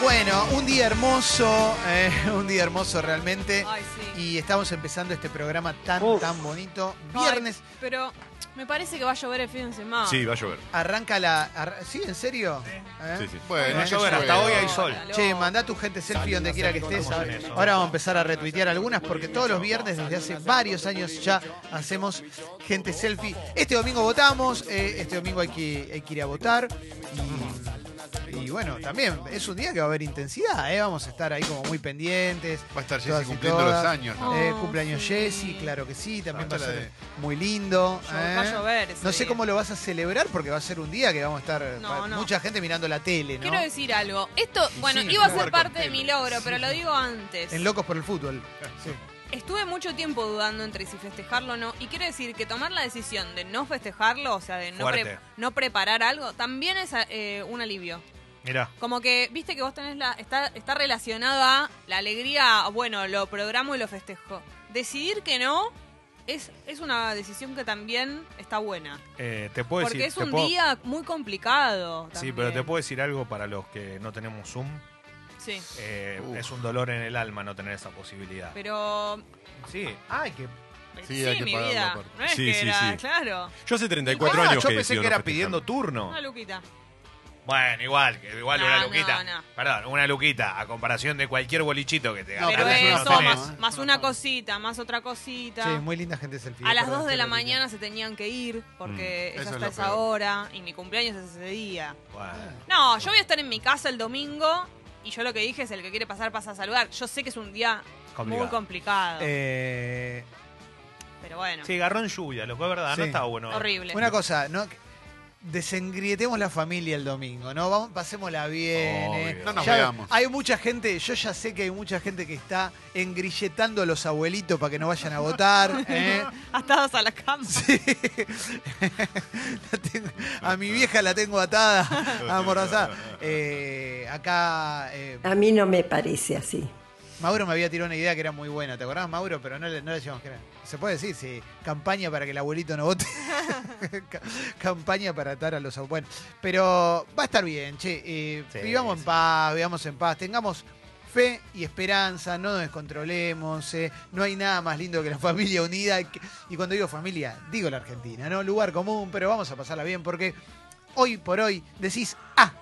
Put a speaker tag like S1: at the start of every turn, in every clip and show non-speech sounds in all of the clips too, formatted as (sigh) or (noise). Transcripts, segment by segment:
S1: Bueno, un día hermoso, eh, (laughs) un día hermoso realmente.
S2: Ay, sí.
S1: Y estamos empezando este programa tan,
S3: Uf.
S1: tan bonito.
S2: Ay,
S1: Viernes,
S2: pero me parece que va a llover el fin de semana. Eh,
S4: Sí, va a llover.
S1: arranca la... ar- ¿Sí? ¿En serio? ¿Eh?
S4: Sí, sí.
S5: Bueno,
S4: va a
S5: eso
S4: llover,
S5: es
S4: hasta
S5: bueno.
S4: hoy hay sol.
S2: Aló.
S1: Che, mandá tu gente selfie donde quiera que estés. Ahora vamos a empezar a retuitear algunas porque todos los viernes desde hace varios años ya hacemos gente selfie. Este domingo votamos, eh, este domingo hay que, hay que ir a votar. Y, y bueno, también es un día que va a haber intensidad, ¿eh? vamos a estar ahí como muy pendientes.
S5: Va a estar Jessy
S1: Todas y
S5: cumpliendo
S1: todas.
S5: los años. ¿no?
S1: Eh,
S2: Oh,
S1: cumpleaños
S2: sí.
S1: Jessy, claro que sí, también va a
S5: Hasta la
S1: ser
S5: de-
S1: muy lindo.
S2: Yo- va
S1: ¿eh?
S2: a llover ese
S1: No sé
S2: día.
S1: cómo lo vas a celebrar porque va a ser un día que vamos a estar
S2: No,
S1: va-
S2: no.
S1: mucha gente mirando la tele, ¿no?
S2: Quiero decir algo. Esto, bueno,
S5: sí,
S2: iba a
S5: jugar
S2: ser
S5: con
S2: parte de
S5: tele.
S2: mi logro, pero lo digo antes.
S1: En Locos por el Fútbol. Sí.
S2: Estuve mucho tiempo dudando entre si festejarlo o no. Y quiero decir que tomar la decisión de no festejarlo, o sea, de no,
S4: Fuerte.
S2: pre- no preparar algo, también es eh, un alivio.
S4: Mirá.
S2: Como que, viste que vos tenés la. Está, está relacionado a la alegría, a, bueno, lo programo y lo festejo. Decidir que no es, es una decisión que también está buena.
S4: Eh, te puedo
S2: Porque
S4: decir,
S2: es
S4: te
S2: un
S4: puedo-
S2: día muy complicado.
S4: Sí,
S2: también.
S4: pero te puedo decir algo para los que no tenemos Zoom.
S2: Sí,
S4: Eh,
S5: Uf.
S4: es un dolor en el alma no tener esa posibilidad.
S2: pero.
S4: Sí. Ay, que.
S5: Sí, hay que
S2: mi
S5: pagarlo
S2: vida.
S5: aparte.
S2: No es
S4: Sí,
S2: que
S4: sí,
S2: era,
S4: sí.
S2: claro.
S4: Yo hace 34
S2: Ah,
S4: años yo que pensé decido que no era festejar. pidiendo turno.
S2: Una luquita.
S4: Bueno, igual, que igual
S2: No,
S4: una
S2: no,
S4: luquita.
S2: no.
S4: Perdón, una luquita a comparación de cualquier bolichito que te
S5: No,
S2: pero
S5: pero
S4: ganas,
S5: eso
S4: no
S2: eso,
S5: tenés.
S2: más, más una cosita, más otra cosita.
S1: Sí, muy linda gente selfie.
S2: A las
S1: perdón,
S2: 2 de
S1: te
S2: la
S1: lo
S2: mañana se tenían que ir porque
S5: eso
S2: es
S5: es
S2: hasta
S5: lo
S2: esa
S5: peor.
S2: hora y mi cumpleaños es ese día.
S4: Bueno,
S2: No, yo voy a estar en mi casa el domingo y yo lo que dije es el que quiere pasar pasa a saludar. Yo sé que es un día muy
S4: complicado.
S2: complicado,
S1: Eh,
S2: pero bueno,
S4: Sí, garrón lluvia, lo que es verdad,
S1: Sí.
S4: no está bueno.
S2: horrible. (laughs)
S1: una cosa, ¿no? Desengrietemos la familia el domingo, ¿no? Vamos, pasémosla bien.
S4: Obvio.
S1: ¿eh?
S5: No nos
S1: Ya
S5: veamos.
S1: Hay mucha gente, yo ya sé que hay mucha gente que está engrilletando a los abuelitos para que no vayan a votar. ¿eh?
S2: Atados a la cama.
S1: Sí. La tengo- a mi vieja la tengo atada, amorrazada. Eh, acá eh,
S6: A mí no me parece así.
S1: Mauro me había tirado una idea que era muy buena, ¿te acordás, Mauro? Pero no, le- no la llevamos que era. Se puede decir, sí. Campaña para que el abuelito no
S4: (laughs)
S1: vote. Ca- Campaña para atar a los abuelos. Pero va a estar bien, che. Eh,
S4: Sí,
S1: vivamos en
S4: sí.
S1: paz, vivamos en paz. Tengamos fe y esperanza, no nos descontrolemos. eh. No hay nada más lindo que la (laughs) familia unida. Que- Y cuando digo familia, digo la Argentina, ¿no? Lugar común, pero vamos a pasarla bien porque hoy por hoy decís, ah,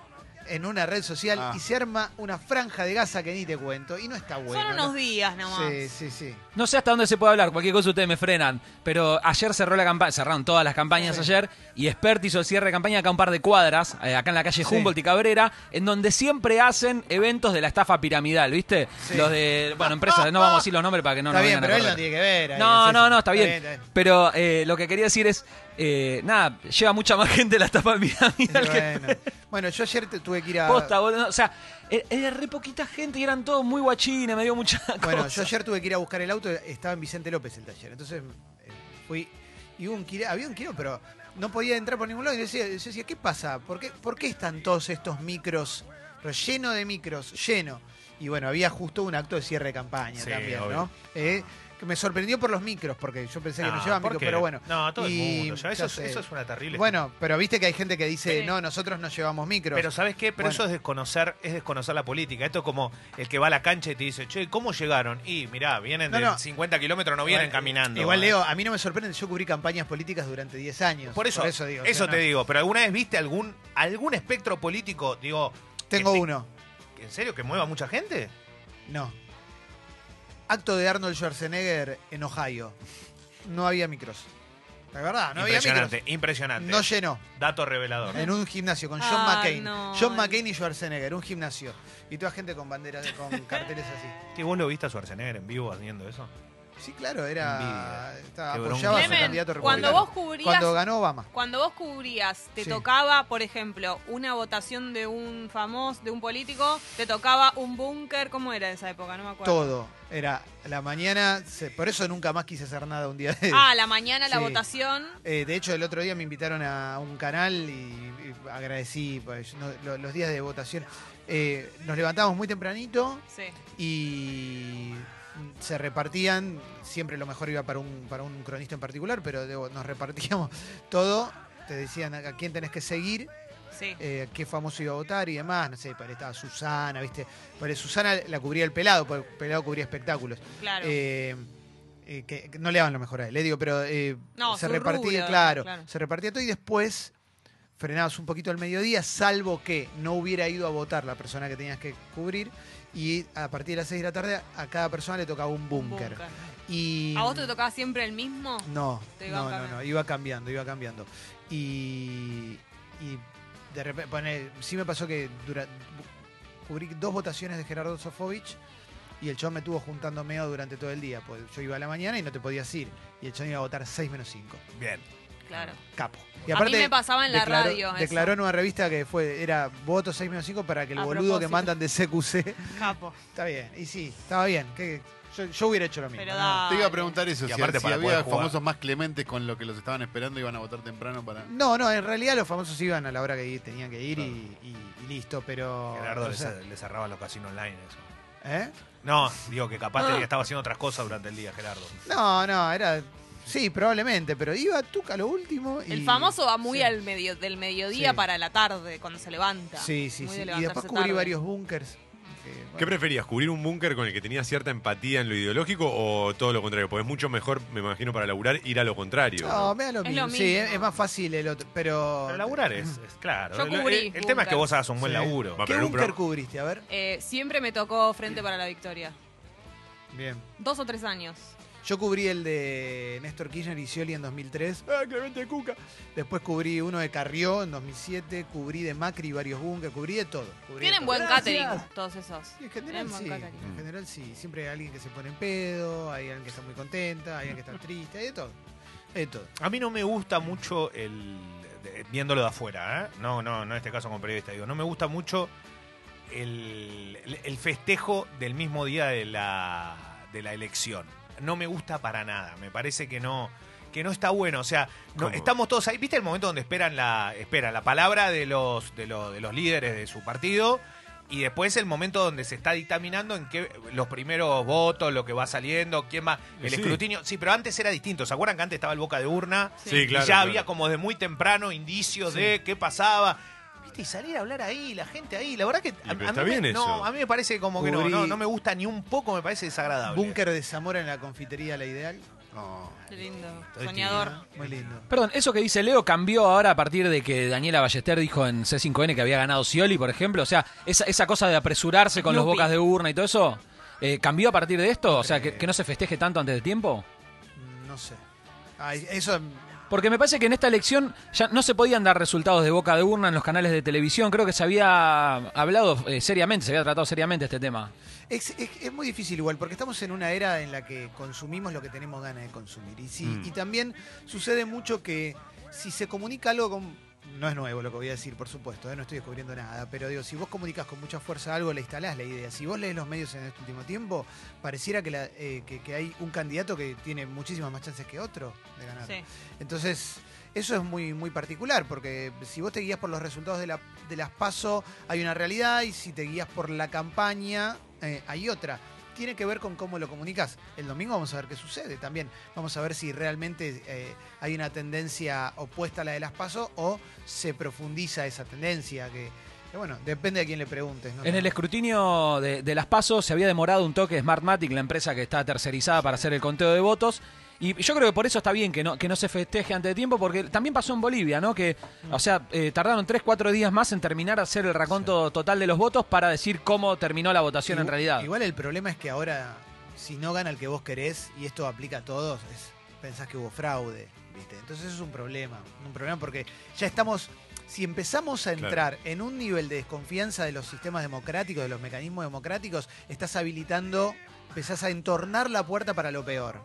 S1: en una red social
S5: Ah.
S1: y se arma una franja de gasa que ni te cuento. Y no está bueno.
S2: Son
S1: ¿no?
S2: unos días nomás.
S1: Sí, sí, sí.
S7: No sé hasta dónde se puede hablar, cualquier cosa ustedes me frenan. Pero ayer cerró la campaña, cerraron todas las campañas ayer y Expert hizo el cierre de campaña acá a un par de cuadras, eh, acá en la calle
S1: Sí.
S7: Humboldt y Cabrera, en donde siempre hacen eventos de la estafa piramidal, ¿viste?
S1: Sí.
S7: Los de, bueno, empresas, no vamos a decir los nombres para que no
S1: está
S7: nos
S1: bien,
S7: vengan a
S1: pero él no
S7: correr.
S1: tiene que ver. ahí,
S7: No,
S1: haces-
S7: no, no, está bien.
S1: está
S7: (laughs)
S1: bien.
S7: Pero eh, lo que quería decir es, eh, nada, lleva mucha más (laughs) gente la estafa piramidal que
S1: Bueno. Bueno, yo ayer te- tuve que ir a.
S7: posta, boludo. O sea, e- era re poquita gente y eran todos muy guachines, me dio mucha
S1: Bueno, yo
S7: cosa.
S1: ayer tuve que ir a buscar el auto, estaba en Vicente López el taller. Entonces eh, fui y hubo un quilombo- había un kilo, pero no podía entrar por ningún lado. Y decía, yo decía, ¿qué pasa? ¿Por qué, ¿Por qué están todos estos micros? Pero lleno de micros, lleno. Y bueno, había justo un acto de cierre de campaña
S4: Sí,
S1: también,
S4: obvio.
S1: ¿no? Eh, que me sorprendió por los micros, porque yo pensé que no,
S4: No,
S1: llevaban
S4: ¿por
S1: micros,
S4: qué?
S1: pero bueno.
S4: No, todo el
S1: Y
S4: mundo, ya, eso
S1: ya
S4: es-
S1: sé.
S4: eso es una terrible
S1: Bueno, pero viste que hay gente que dice,
S2: Sí.
S1: no, nosotros no llevamos micros.
S4: Pero ¿sabes qué? Pero
S1: Bueno.
S4: eso es desconocer, es desconocer la política. Esto es como el que va a la cancha y te dice, che, ¿cómo llegaron? Y mirá, vienen
S1: No,
S4: de
S1: no.
S4: 50 kilómetros, no vienen
S1: Igual-
S4: caminando.
S1: Igual,
S4: ¿eh?
S1: Leo, a mí no me sorprende, yo cubrí campañas políticas durante 10 años.
S4: Por eso, eso,
S1: digo. o sea,
S4: te
S1: no.
S4: digo. Pero ¿alguna vez viste algún, algún espectro político, digo... que
S1: Tengo
S4: te-
S1: uno.
S4: ¿En serio? ¿Que mueva mucha gente?
S1: No. Acto de Arnold Schwarzenegger en Ohio. No había micros. La verdad, no había micros.
S4: impresionante, impresionante.
S1: No llenó.
S4: Dato revelador.
S1: En un gimnasio con John
S2: Ah,
S1: McCain.
S2: no.
S1: John McCain y Schwarzenegger, un gimnasio. Y toda gente con banderas, con carteles así.
S4: ¿Y vos lo viste a Schwarzenegger en vivo haciendo eso?
S1: Sí, claro, era.
S4: Envidia.
S1: estaba-
S4: Qué
S1: apoyaba a su
S4: bronca.
S1: candidato
S2: Clemen, cuando
S1: republicano.
S2: vos cubrías
S1: Cuando ganó Obama.
S2: Cuando vos cubrías, te
S1: Sí.
S2: tocaba, por ejemplo, una votación de un famoso, de un político, te tocaba un búnker, ¿cómo era en esa época? No me acuerdo.
S1: Todo. Era la mañana. se- por eso nunca más quise hacer nada un día de
S2: Ah, la mañana la
S1: Sí.
S2: votación.
S1: Eh, de hecho, el otro día me invitaron a un canal y, y agradecí pues, no- lo- los días de votación. Eh, nos levantamos muy tempranito
S2: Sí.
S1: y se repartían, siempre lo mejor iba para un, para un (laughs) cronista en particular, pero digo, nos repartíamos todo, te decían a a quién tenés que seguir,
S2: Sí.
S1: eh, qué famoso iba a votar y demás. No sé, para estaba Susana, ¿viste? Para Susana la cubría el pelado, porque el pelado cubría espectáculos.
S2: Claro.
S1: Eh, eh, que que no le daban lo mejor a él, le digo, pero eh,
S2: No,
S1: se
S2: su
S1: repartía,
S2: rubro,
S1: claro,
S2: claro.
S1: se repartía todo y después frenabas un poquito al mediodía, salvo que no hubiera ido a votar la persona que tenías que cubrir y a partir de las 6 de la tarde a cada persona le tocaba un búnker.
S2: Búnker.
S1: Y
S2: ¿A vos te tocaba siempre el mismo?
S1: no,
S2: Te iban
S1: no, no,
S2: cambiando.
S1: no, iba cambiando, iba cambiando. Y, y de repente, pone- sí me pasó que dura- cubrí dos votaciones de Gerardo Sofovich y el chabón me tuvo juntando meo durante todo el día. Pues yo iba a la mañana y no te podías ir. Y el chabón iba a votar 6 menos 5.
S4: Bien.
S2: Claro.
S1: Capo. Mm. Y
S2: A mí me pasaba en la
S1: declaró,
S2: radio eso.
S1: Declaró en una revista que fue era voto 6 menos 5 para que el
S2: A
S1: boludo que
S2: propósito.
S1: mandan de CQC.
S2: Capo.
S1: (laughs) Está bien. Y sí, estaba bien. que- yo, yo hubiera hecho lo mismo.
S2: Pero
S1: ¿no?
S2: da.
S3: Te iba a preguntar eso,
S4: Y
S3: si,
S4: aparte
S3: si
S4: para poder
S3: había
S4: jugar.
S3: famosos más clementes con lo que los estaban esperando, iban a votar temprano para...
S1: No, no, en realidad los famosos iban a la hora que i- tenían que ir y, y- y listo, pero.
S4: Gerardo
S1: o
S4: le,
S1: sea,
S4: cer- le cerraba los casinos online. eso.
S1: ¿eh?
S4: No, digo que capaz tenía- estaba haciendo otras cosas durante el día, Gerardo.
S1: No, no, era. Sí, probablemente, pero iba Tuca lo último. y-
S2: El famoso va muy
S1: sí.
S2: al medio, del mediodía
S1: Sí.
S2: para la tarde, cuando se levanta.
S1: Sí, sí,
S2: Muy
S1: sí.
S2: de
S1: Y
S2: levantarse
S1: después cubrí
S2: tarde.
S1: varios búnkers. que, bueno,
S5: ¿Qué preferías? ¿Cubrir un búnker con el que tenías cierta empatía en lo ideológico o todo lo contrario? Porque es mucho mejor, me imagino, para laburar ir a lo contrario.
S1: No,
S5: ¿no?
S1: me da lo
S2: Es
S1: mismo.
S2: lo
S1: Sí, es,
S2: mismo.
S1: es más fácil el otro, pero.
S4: Pero laburar es, es claro.
S2: Yo
S4: El- el-
S2: cubrí
S4: el, tema es
S2: búnker.
S4: que vos hagas un buen
S1: Sí.
S4: laburo.
S5: Va,
S1: ¿Qué
S5: pero en un
S1: búnker
S5: programa-
S1: cubriste? A ver.
S2: Eh, siempre me tocó Frente para la Victoria.
S1: Bien.
S2: Dos o tres años.
S1: Yo cubrí el de Néstor Kirchner y Scioli en 2003. ¡Ah, Clemente Cuca! Después cubrí uno de Carrió en 2007. Cubrí de Macri varios búnkers. Cubrí de todo. cubrí de
S2: Tienen
S1: todo.
S2: buen
S1: Gracias.
S2: catering todos esos.
S1: Y En general
S2: Tienen buen
S1: sí,
S2: catering.
S1: en general sí. Siempre hay alguien que se pone en pedo, hay alguien que está muy contenta, hay alguien que
S2: (laughs)
S1: está triste, hay de todo. Hay de todo.
S4: A mí no me gusta mucho el. de- viéndolo de afuera, ¿eh? No, no, no en este caso como periodista, digo. No me gusta mucho el, el- el festejo del mismo día de la, de la elección. No me gusta para nada. Me parece que no. Que no está bueno, o sea, no-
S5: ¿Cómo?
S4: estamos todos ahí. ¿Viste el momento donde esperan la, esperan la palabra de los, de, los, de los líderes de su partido? Y después el momento donde se está dictaminando en qué los primeros votos, lo que va saliendo, quién va, el
S5: Sí.
S4: escrutinio. Sí, pero antes era distinto. ¿Se acuerdan que antes estaba el boca de urna?
S5: Sí,
S4: Y
S5: claro.
S4: ya
S5: claro.
S4: había como de muy temprano indicios de qué pasaba. Viste, y salir a hablar ahí, la gente ahí. La verdad que a,
S5: pero
S4: a
S5: está
S4: mí,
S5: bien
S4: me, no,
S5: eso.
S4: a mí me parece como que no,
S1: Cubrí-
S4: no, no me gusta ni un poco, me parece desagradable.
S1: Búnker de Zamora en la confitería La Ideal.
S3: No.
S2: Qué lindo.
S4: Estoy
S2: Soñador.
S1: Muy lindo.
S7: Perdón, eso que dice Leo cambió ahora a partir de que Daniela Ballester dijo en C5N que había ganado Scioli, por ejemplo. O sea, esa, esa cosa de apresurarse con los
S2: Yupi.
S7: bocas de urna y todo eso, eh, ¿cambió a partir de esto? O sea, que, que no se festeje tanto antes de tiempo.
S1: No sé. Ay, eso.
S7: Porque me parece que en esta elección ya no se podían dar resultados de boca de urna en los canales de televisión. Creo que se había hablado eh, seriamente, se había tratado seriamente este tema.
S1: Es, es- es muy difícil igual, porque estamos en una era en la que consumimos lo que tenemos ganas de consumir. Y, si-
S5: Mm.
S1: y también sucede mucho que si se comunica algo con... No es nuevo lo que voy a decir, por supuesto, ¿eh? no estoy descubriendo nada, pero digo, si vos comunicas con mucha fuerza algo, le instalás la idea. Si vos lees los medios en este último tiempo, pareciera que, la- eh, que, que hay un candidato que tiene muchísimas más chances que otro de ganar.
S2: Sí.
S1: Entonces, eso es muy, muy particular, porque si vos te guías por los resultados de, la, de las PASO, hay una realidad, y si te guías por la campaña, eh, hay otra. Tiene que ver con cómo lo comunicas. El domingo vamos a ver qué sucede también. Vamos a ver si realmente eh, hay una tendencia opuesta a la de las PASO o se profundiza esa tendencia que, que, bueno, depende de quién le preguntes. ¿no?
S7: En el escrutinio de, de las pasos se había demorado un toque Smartmatic, la empresa que está tercerizada para hacer el conteo de votos. Y yo creo que por eso está bien que no, que no se festeje antes de tiempo, porque también pasó en Bolivia, ¿no? Que, o sea, eh, tardaron 3, 4 días más en terminar de hacer el raconto total de los votos para decir cómo terminó la votación en
S1: Igu-
S7: realidad.
S1: Igual el problema es que ahora, si no gana el que vos querés, y esto aplica a todos, es- pensás que hubo fraude, ¿viste? Entonces eso es un problema. Un problema porque ya estamos. Si empezamos a
S5: Claro.
S1: entrar en un nivel de desconfianza de los sistemas democráticos, de los mecanismos democráticos, estás habilitando, empezás a entornar la puerta para lo peor.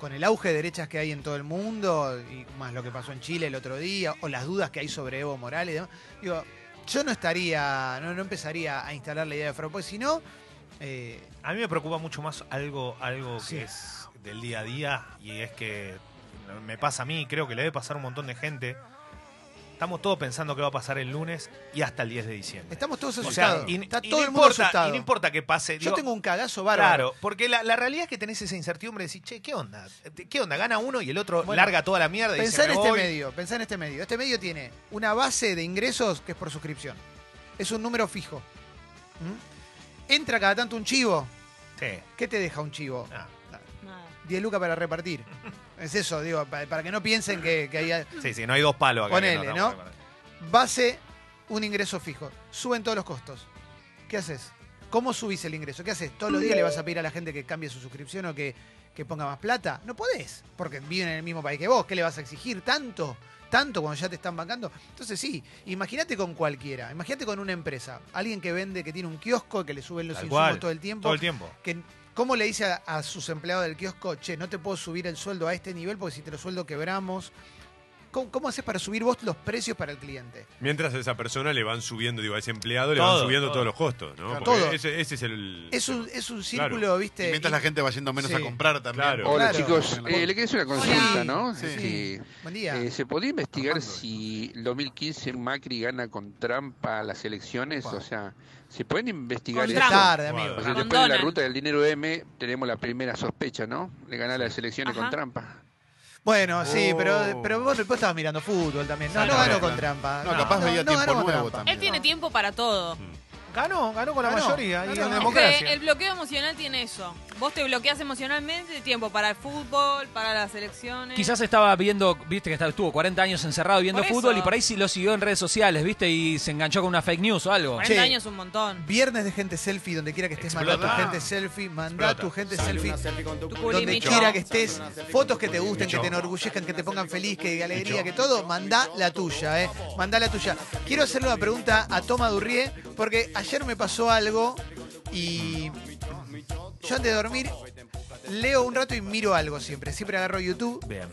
S1: Con el auge de derechas que hay en todo el mundo, y más lo que pasó en Chile el otro día, o las dudas que hay sobre Evo Morales y demás, digo, yo no estaría, no, no empezaría a instalar la idea de fraude, porque si no, eh,
S4: A mí me preocupa mucho más algo, algo
S1: Sí.
S4: que es del día a día y es que me pasa a mí, creo que le debe pasar a un montón de gente Estamos todos pensando qué va a pasar el lunes y hasta el 10 de diciembre.
S1: Estamos todos
S4: O sea,
S1: asustados.
S4: y-
S1: Está
S4: y
S1: todo
S4: no
S1: el mundo
S4: importa- Y
S1: asustado.
S4: no importa que pase.
S1: Yo
S4: digo,
S1: tengo un cagazo bárbaro.
S4: Claro, porque la, la realidad es que tenés esa incertidumbre de decir, che, ¿qué onda? ¿Qué onda? Gana uno y el otro
S1: Bueno,
S4: larga toda la mierda y
S1: Pensá
S4: dice,
S1: en
S4: "Me
S1: este
S4: voy".
S1: medio, pensá en este medio. Este medio tiene una base de ingresos que es por suscripción. Es un número fijo. ¿Mm? Entra cada tanto un chivo.
S4: Sí, ah,
S1: ¿Qué te deja un chivo?
S4: nada.
S1: 10 lucas para repartir. Es eso, digo, pa- para, que no piensen que, que hay
S4: sí, sí, no hay dos palos acá. que
S1: Ponele,
S4: estamos
S1: ¿no?
S4: de acuerdo.
S1: base, un ingreso fijo. Suben todos los costos. ¿Qué haces? ¿Cómo subís el ingreso? ¿Qué haces? ¿Todos los días le vas a pedir a la gente que cambie su suscripción o que, que ponga más plata? No podés, porque viven en el mismo país que vos. ¿Qué le vas a exigir tanto? Tanto cuando ya te están bancando. Entonces sí, imagínate con cualquiera, imagínate con una empresa, alguien que vende, que tiene un kiosco, que le suben los
S4: Tal
S1: insumos
S4: cual,
S1: todo el tiempo,
S4: Todo el tiempo.
S1: que cómo le dice a, a sus empleados del kiosco, che, no te puedo subir el sueldo a este nivel porque si te lo sueldo quebramos. ¿Cómo, cómo haces para subir vos los precios para el cliente?
S5: Mientras a esa persona le van subiendo, digo, a ese empleado le van
S4: Todo,
S5: subiendo
S4: todo.
S5: todos los costos, ¿no?
S1: Claro.
S5: Porque
S1: Todo.
S5: Ese, ese es el.
S1: Es un, es un círculo,
S5: Claro.
S1: viste.
S3: Y
S4: este,
S3: mientras la gente va yendo menos
S1: Sí.
S3: a comprar también.
S5: Claro.
S8: Hola
S1: Claro.
S8: chicos, Eh, le quería hacer una consulta, ¿no?
S3: Sí.
S8: Sí.
S1: Buen día.
S8: Eh, ¿Se podía investigar
S3: Armando.
S8: si 2015 Macri gana con trampa las elecciones?
S1: Opa.
S8: O sea, ¿se pueden investigar
S2: Con
S8: eso?
S2: trampa.
S1: tarde, amigo.
S8: O
S2: Con
S8: sea, después de la
S2: Donald.
S8: ruta del dinero M tenemos la primera sospecha, ¿no? De ganar las elecciones
S2: Ajá.
S8: con trampa.
S1: Bueno, sí,
S4: Oh.
S1: pero, pero vos, vos estabas mirando fútbol también. No,
S4: Ah,
S1: no,
S4: no,
S1: ganó
S4: no,
S1: con
S3: no.
S1: trampa.
S3: No, capaz veía
S1: ganó
S3: tiempo
S1: con
S3: nuevo
S2: Él
S3: también.
S2: tiene tiempo para todo.
S4: Eh, Ganó, ganó con la
S1: Ganó.
S4: mayoría y
S1: Ganó.
S4: en
S1: Es que
S2: Porque
S4: democracia.
S2: el bloqueo emocional tiene eso. Vos te bloqueas emocionalmente tiempo para el fútbol, para las elecciones.
S7: Quizás estaba viendo, viste que estaba- estuvo 40 años encerrado viendo
S2: Por eso.
S7: fútbol y por ahí sí lo siguió en redes sociales, viste, y se enganchó con una fake news o algo.
S2: 40
S1: Che.
S2: años es un montón.
S1: Viernes de gente selfie, donde quiera que estés, mandá tu
S4: Explota.
S1: gente selfie, mandá
S4: Explota.
S1: tu gente selfie.
S2: Tu
S1: Donde
S2: culimicho.
S1: quiera que estés, fotos que te gusten, que
S4: Micho.
S1: te enorgullezcan, que te pongan feliz, que de alegría, que todo, mandá la tuya, eh. Mandá la tuya. Quiero hacerle una pregunta a Toma Durrié, porque ayer me pasó algo y yo antes de dormir leo un rato y miro algo siempre. Siempre agarro YouTube.
S4: Bien.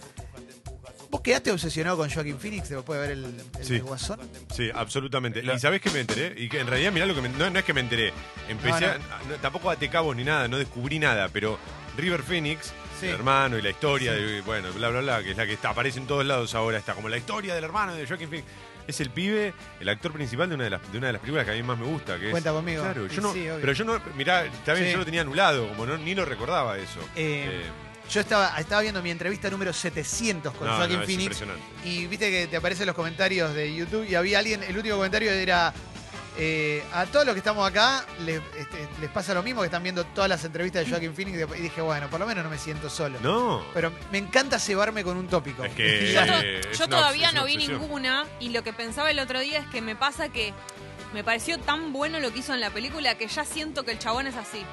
S1: ¿Vos quedaste obsesionado con Joaquín Phoenix después de ver el, el
S5: Sí.
S1: Guasón?
S5: Sí, absolutamente. ¿Y sabés que me enteré? Y que en realidad, mirá lo que me- no, no es que me enteré. Empecé
S1: No, no.
S5: a- no, tampoco até cabos ni nada, no descubrí nada, pero River Phoenix,
S1: Sí.
S5: el hermano y la historia, de, bueno, bla, bla, bla, que es la que está, aparece en todos lados ahora, está como la historia del hermano de Joaquin Phoenix. Es el pibe, el actor principal de una de las, de una de las películas que a mí más me gusta. Que es-
S1: Cuenta conmigo.
S5: Claro,
S1: Y
S5: yo no,
S1: sí, obvio.
S5: pero yo no, mirá, también
S1: Sí.
S5: yo lo tenía anulado, como no, ni lo recordaba eso.
S1: Eh,
S5: Eh,
S1: Yo estaba, estaba viendo mi entrevista número 700 con
S5: no, no,
S1: Joaquín
S5: es
S1: Phoenix
S5: impresionante.
S1: y viste que te aparecen los comentarios de YouTube y había alguien, el último comentario era, eh, a todos los que estamos acá les, este, les pasa lo mismo que están viendo todas las entrevistas de Joaquín Phoenix y dije, bueno, por lo menos no me siento solo.
S5: No.
S1: Pero me encanta cebarme con un tópico.
S5: Es que-
S2: Yo,
S1: Ya.
S2: to-
S5: Eh, es
S2: yo
S5: una
S2: todavía
S5: obs- es una
S2: no vi
S5: obsesión.
S2: ninguna y lo que pensaba el otro día es que me pasa que me pareció tan bueno lo que hizo en la película que ya siento que el chabón es así.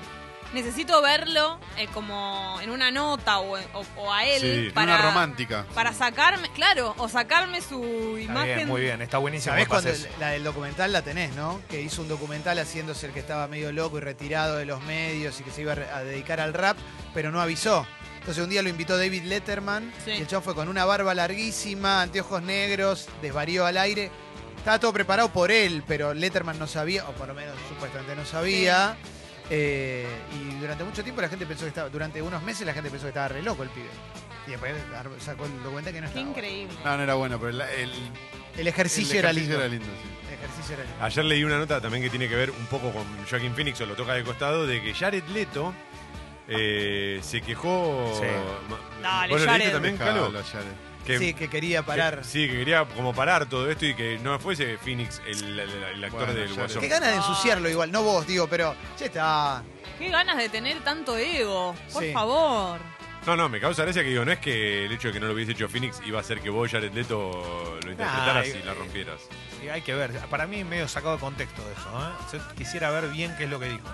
S2: Necesito verlo eh, como en una nota o, o- o a él
S5: Sí, en una
S2: para,
S3: Una romántica.
S2: para sacarme, claro, o sacarme su
S4: Está
S2: imagen.
S4: bien, muy bien. Está buenísimo.
S1: ¿Sabés
S4: que pase
S1: cuando
S4: eso.
S1: la del documental la tenés, no? Que hizo un documental haciéndose el que estaba medio loco y retirado de los medios y que se iba a re- a dedicar al rap, pero no avisó. Entonces un día lo invitó David Letterman
S2: Sí.
S1: y el chavo fue con una barba larguísima, anteojos negros, desvarió al aire. Estaba todo preparado por él, pero Letterman no sabía, o por lo menos supuestamente no sabía. Eh, y durante mucho tiempo la gente pensó que estaba, durante unos meses la gente pensó que estaba re loco el pibe. Y después ar- sacó el documental que no
S2: Qué
S1: estaba.
S2: increíble.
S3: No, no era bueno, pero la- el, el
S1: El ejercicio, era lindo.
S3: era lindo. sí.
S1: El ejercicio era lindo.
S5: Ayer leí una nota también que tiene que ver un poco con Joaquín Phoenix, o lo toca de costado, de que Jared Leto eh, se quejó.
S4: Sí.
S5: Ma-
S2: Dale,
S5: ¿Vos lo leíste
S2: Jared.
S5: también, Calo?
S3: Dejalo, Jared.
S5: Que,
S1: sí, que quería parar.
S5: que- sí, que quería como parar todo esto y que no fuese Phoenix el, el- el actor
S3: Bueno,
S5: del
S3: Jared.
S5: Guasón.
S1: Qué ganas de ensuciarlo igual, no vos, digo, pero ya está.
S2: Qué ganas de tener tanto ego, por
S1: Sí.
S2: favor.
S5: No, no, me causa gracia que digo, no es que el hecho de que no lo hubiese hecho Phoenix iba a hacer que vos, Jared Leto, lo interpretaras
S4: Nah,
S5: y la rompieras.
S4: Sí, hay que ver. Para mí es medio sacado de contexto eso. ¿eh? Yo quisiera ver bien qué es lo que dijo.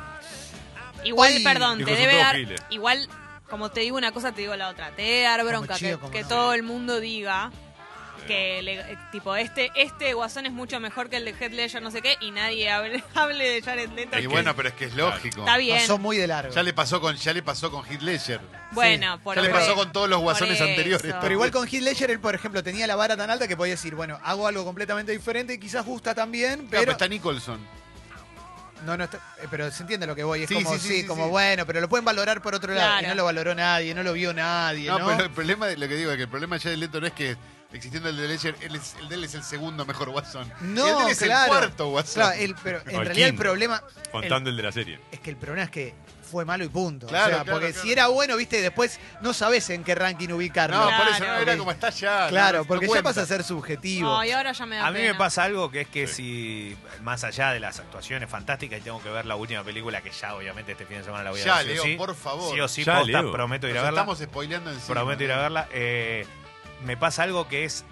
S2: Igual,
S1: Ay.
S2: perdón,
S5: Dijo,
S2: te
S5: son
S2: debe
S5: todos
S2: dar.
S5: giles.
S2: Igual, como te digo una cosa, te digo la otra. Te debe dar bronca
S1: chido,
S2: que-
S1: como
S2: que,
S1: no.
S2: todo el mundo diga que, le- eh, tipo, este este guasón es mucho mejor que el de Heath Ledger, no sé qué, y nadie hable, (laughs) hable de Jared Leto.
S3: Y bueno, pero es que es lógico.
S2: Está bien.
S1: Pasó muy de largo.
S3: Ya le pasó con, ya le pasó con Heath Ledger.
S2: Bueno, por
S3: ya le
S2: por-
S3: pasó con todos los
S2: por
S3: guasones
S2: eso.
S3: anteriores.
S1: Pero igual con Heath Ledger, él, por ejemplo, tenía la vara tan alta que podía decir, bueno, hago algo completamente diferente y quizás gusta también,
S3: Claro, pero
S1: pero...
S3: está Nicholson.
S1: No, no, está- eh, pero se entiende lo que voy. Es
S3: Sí,
S1: como, sí,
S3: sí, sí, sí,
S1: como
S3: sí.
S1: bueno, pero lo pueden valorar por otro lado.
S2: Claro.
S1: Y no lo valoró nadie, no lo vio nadie,
S3: No,
S1: ¿no?
S3: pero el problema, de- lo que digo es que el problema de Jared Leto no es que existiendo el DLC, él es- el, de él es el segundo mejor Guasón.
S1: No,
S3: Y el de él es
S1: claro.
S3: el cuarto Guasón.
S1: Claro, el- pero en
S5: O el
S1: realidad el
S5: quinto.
S1: problema
S5: Contando el de la serie.
S1: es que el problema es que fue malo y punto.
S3: Claro,
S1: o sea,
S3: claro,
S1: porque
S3: claro.
S1: si era bueno, viste, después no sabes en qué ranking ubicarlo.
S3: no,
S2: Claro,
S3: por eso no era
S1: ok.
S3: como está ya.
S1: claro,
S3: no- no
S1: porque ya
S3: cuenta.
S1: pasa a ser subjetivo.
S2: Ay, ahora ya me da
S4: A mí
S2: pena.
S4: me pasa algo que es que si, más allá de las actuaciones fantásticas, y tengo que ver la última película, que ya obviamente este fin de semana la voy a
S3: Ya,
S4: ver. sí o
S3: Leo,
S4: sí.
S3: por favor.
S4: Sí o sí,
S5: Ya,
S4: posta,
S5: Leo.
S4: prometo ir a
S3: Nos
S4: verla.
S3: estamos spoileando encima.
S4: prometo ir a verla. Eh, me pasa algo que es.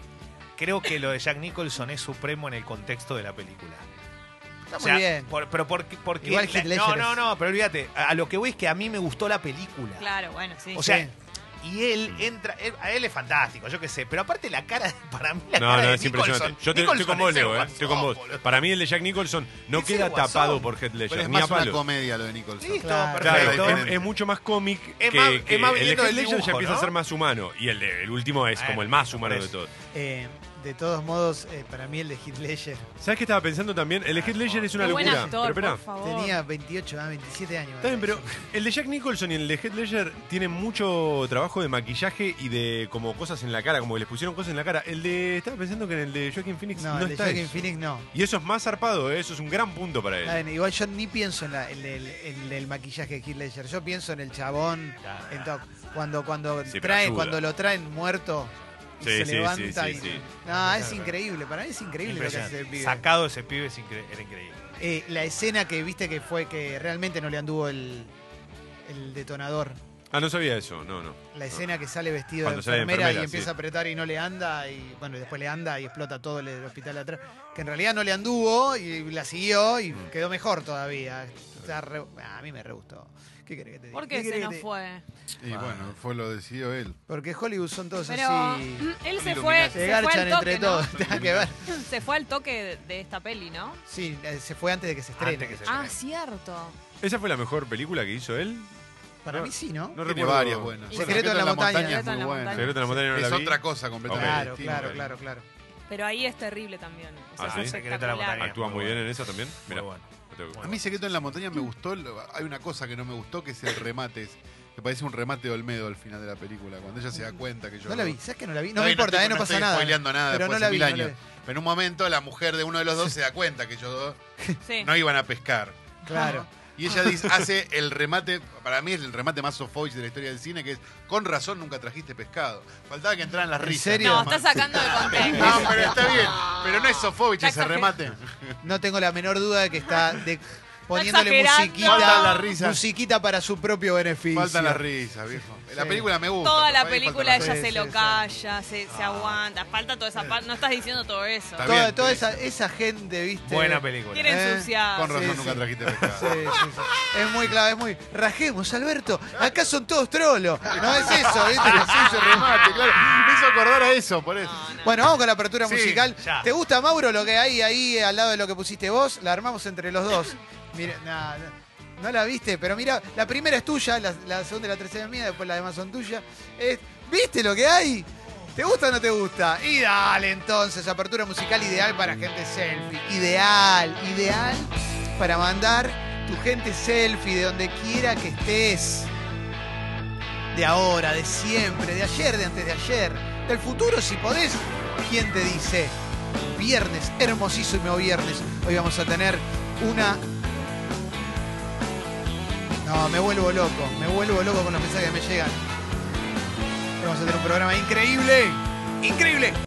S4: Creo que lo de Jack Nicholson es supremo en el contexto de la película.
S1: Está
S4: O
S1: muy
S4: sea,
S1: bien.
S4: por- pero porque, porque
S1: Igual
S4: la-
S1: Heath Ledger
S4: No,
S1: es-
S4: no, no, pero olvídate. A a lo que voy es que a mí me gustó la película.
S2: Claro, bueno, sí.
S4: O sea,
S1: Sí.
S4: y él entra, él- a él es fantástico, yo qué sé, pero aparte la cara, para mí la
S5: No,
S4: cara
S5: no,
S4: de
S5: es impresionante.
S4: Nicholson-
S5: Yo te- estoy
S4: Nicholson
S5: con vos,
S4: es el
S5: Leo, eh.
S4: guasón,
S5: Estoy con vos.
S4: boludo.
S5: Para mí el de Jack Nicholson no
S4: Es
S5: queda
S4: el guasón.
S5: tapado por Heath
S3: Pero es
S5: Ledger, ni a
S3: más una
S5: palo.
S3: comedia lo de Nicholson.
S4: Listo,
S1: Claro.
S4: perfecto.
S5: Claro,
S3: Perfecto.
S5: es, es mucho más cómic
S4: Es
S5: que,
S4: más-
S5: que
S4: es más
S5: el de
S4: viniendo
S5: Heath
S4: del
S5: Ledger ya
S4: dibujo,
S5: empieza a
S4: ¿no?
S5: ser más humano y el, de- el último es
S4: Bueno,
S5: como el más
S4: por
S5: humano de
S4: eso.
S5: todos.
S1: Eh, de todos modos, eh, para mí el de Heath Ledger
S5: ¿Sabes qué estaba pensando también? El de Heath Ledger es una
S2: Qué buen
S5: locura.
S2: actor,
S5: pero espera.
S2: por favor.
S1: tenía 28, ah, 27 años. me
S5: Está bien, pero
S1: parece.
S5: el de Jack Nicholson y el de Heath Ledger tienen mucho trabajo de maquillaje y de como cosas en la cara, como que les pusieron cosas en la cara. El de. Estaba pensando que en el de Joaquin Phoenix
S1: No,
S5: no,
S1: el de
S5: está
S1: Joaquin
S5: eso.
S1: Phoenix no.
S5: Y eso es más zarpado, ¿eh? eso es un gran punto para él.
S1: Está bien, igual yo ni pienso en, la- en el, en el maquillaje de Heath Ledger. Yo pienso en el chabón. en todo. cuando cuando
S5: Sí, pero
S1: trae,
S5: ayuda.
S1: cuando lo traen muerto y
S5: Sí,
S1: se
S5: sí,
S1: levanta.
S5: sí,
S1: y,
S5: sí, sí.
S1: No, es increíble. Para mí es increíble lo que hace el
S4: Impresionante.
S1: pibe.
S4: Sacado ese pibe es incre- era increíble.
S1: Eh, la escena que viste que fue que realmente no le anduvo el, el detonador.
S5: Ah, no sabía eso, no, no.
S1: La escena que sale vestido
S5: Cuando
S1: de
S5: sale de
S1: enfermera, y
S5: enfermera,
S1: empieza
S5: sí.
S1: a apretar y no le anda, y bueno, y después le anda y explota todo el, el hospital de atrás. Que en realidad no le anduvo y la siguió y quedó mejor todavía. Está re- ah, a mí me re gustó. ¿Qué querés que te diga?
S2: ¿Por qué
S1: querés
S2: se
S1: que
S2: nos
S1: te-
S2: fue?
S3: Y bueno, fue lo decidió él.
S1: Porque Hollywood son todos
S2: Pero mm,
S1: así.
S2: él se
S3: Illuminati.
S2: fue,
S1: Se
S2: se fue
S1: garchan
S2: al toque,
S1: entre
S2: ¿no?
S1: todos. (laughs) Nada que ver.
S2: (laughs) Se fue al toque de, de esta peli, ¿no?
S1: Sí, eh, se fue antes de que se estrene.
S4: Antes que se-
S2: Ah, cierto.
S5: ¿Esa fue la mejor película que hizo él?
S1: Para
S5: No.
S1: mí sí, ¿no?
S5: No
S3: Tiene
S5: recuerdo.
S3: varias buenas.
S2: Y
S3: Bueno,
S1: Secreto en la montaña.
S3: es
S2: Secreto en
S3: muy
S2: la
S3: buena.
S2: montaña.
S5: Secreto de la montaña no
S3: Es
S5: la vi.
S3: otra cosa completamente.
S1: Claro,
S3: distinta.
S1: claro, claro, claro.
S2: Pero ahí es terrible también. O sea,
S5: Ah,
S2: es
S4: Secreto
S5: ¿sí?
S4: de la
S2: espectacular.
S4: montaña.
S5: Actúa
S4: Muy
S5: muy bien
S4: bueno.
S5: en esa también. Mira,
S4: Muy bueno.
S3: A mí Secreto en la Montaña me gustó. lo- Hay una cosa que no me gustó, que es el remate. es- Me parece un remate de Olmedo al final de la película, cuando ella se da cuenta que yo...
S1: No la vi, ¿sabes que no la vi? No
S3: Está
S1: me
S3: bien,
S1: importa,
S3: estoy-
S1: eh, no pasa
S3: estoy
S1: nada.
S3: spoileando nada,
S1: Pero
S3: después
S1: no
S3: de
S1: la vi.
S3: mil
S1: no la
S3: años. Pero en un momento la mujer de uno de los dos se da cuenta que ellos dos
S2: Sí.
S3: no iban a pescar.
S1: vi. Claro.
S2: (laughs)
S3: Y ella dice,
S1: (laughs)
S3: hace el remate, para mí es el remate más sofois de la historia del cine, que es, con razón nunca trajiste pescado. Faltaba que entraran las
S1: ¿En
S3: risas.
S1: serio?
S2: No, está sacando de contexto.
S3: (laughs) No, pero está bien. Pero no es Sofovich
S2: Está
S3: ese remate.
S1: No tengo la menor duda de que está de- poniéndole
S2: exagerando.
S1: musiquita,
S3: Faltan las risas.
S1: musiquita para su propio beneficio.
S3: Faltan las risas, viejo. La
S1: Sí.
S3: película me gusta.
S2: Toda
S3: pero
S2: la
S3: para mí
S2: película
S3: faltan
S2: ella
S3: las
S1: Sí,
S2: se
S1: sí,
S2: lo
S1: sí.
S2: calla, se, se aguanta. Falta toda esa parte. No estás diciendo todo eso.
S3: Está
S1: Toda,
S3: bien,
S1: toda
S3: está
S1: esa, esa gente, ¿viste?
S4: Buena película.
S2: Quiere
S1: Eh,
S2: ensuciar.
S3: Con razón
S1: Sí,
S3: nunca
S1: sí.
S3: trajiste
S1: Sí, (laughs)
S3: pescado.
S1: sí, sí. Es muy clave, es muy. Rajemos, Alberto. Acá son todos trolos. No es eso,
S3: (laughs)
S1: ¿viste?
S3: Sí, ese remate, claro. Me hizo acordar a eso, por eso.
S2: No, no.
S1: Bueno, vamos con la apertura
S3: Sí,
S1: musical.
S4: ya.
S1: ¿Te gusta, Mauro, lo que hay ahí eh, al lado de lo que pusiste vos? La armamos entre los dos. Mira, nah, nah, no la viste, pero mira, la primera es tuya, la, la segunda y la tercera es mía, después las demás son tuyas. Es- ¿Viste lo que hay? ¿Te gusta o no te gusta? Y dale entonces, apertura musical ideal para gente selfie. Ideal, ideal para mandar tu gente selfie de donde quiera que estés de ahora, de siempre, de ayer, de antes de ayer, del futuro si podés. ¿Quién te dice? Viernes, hermosísimo viernes. Hoy vamos a tener una... No, me vuelvo loco, me vuelvo loco con los mensajes que me llegan. Vamos a tener un programa increíble, increíble.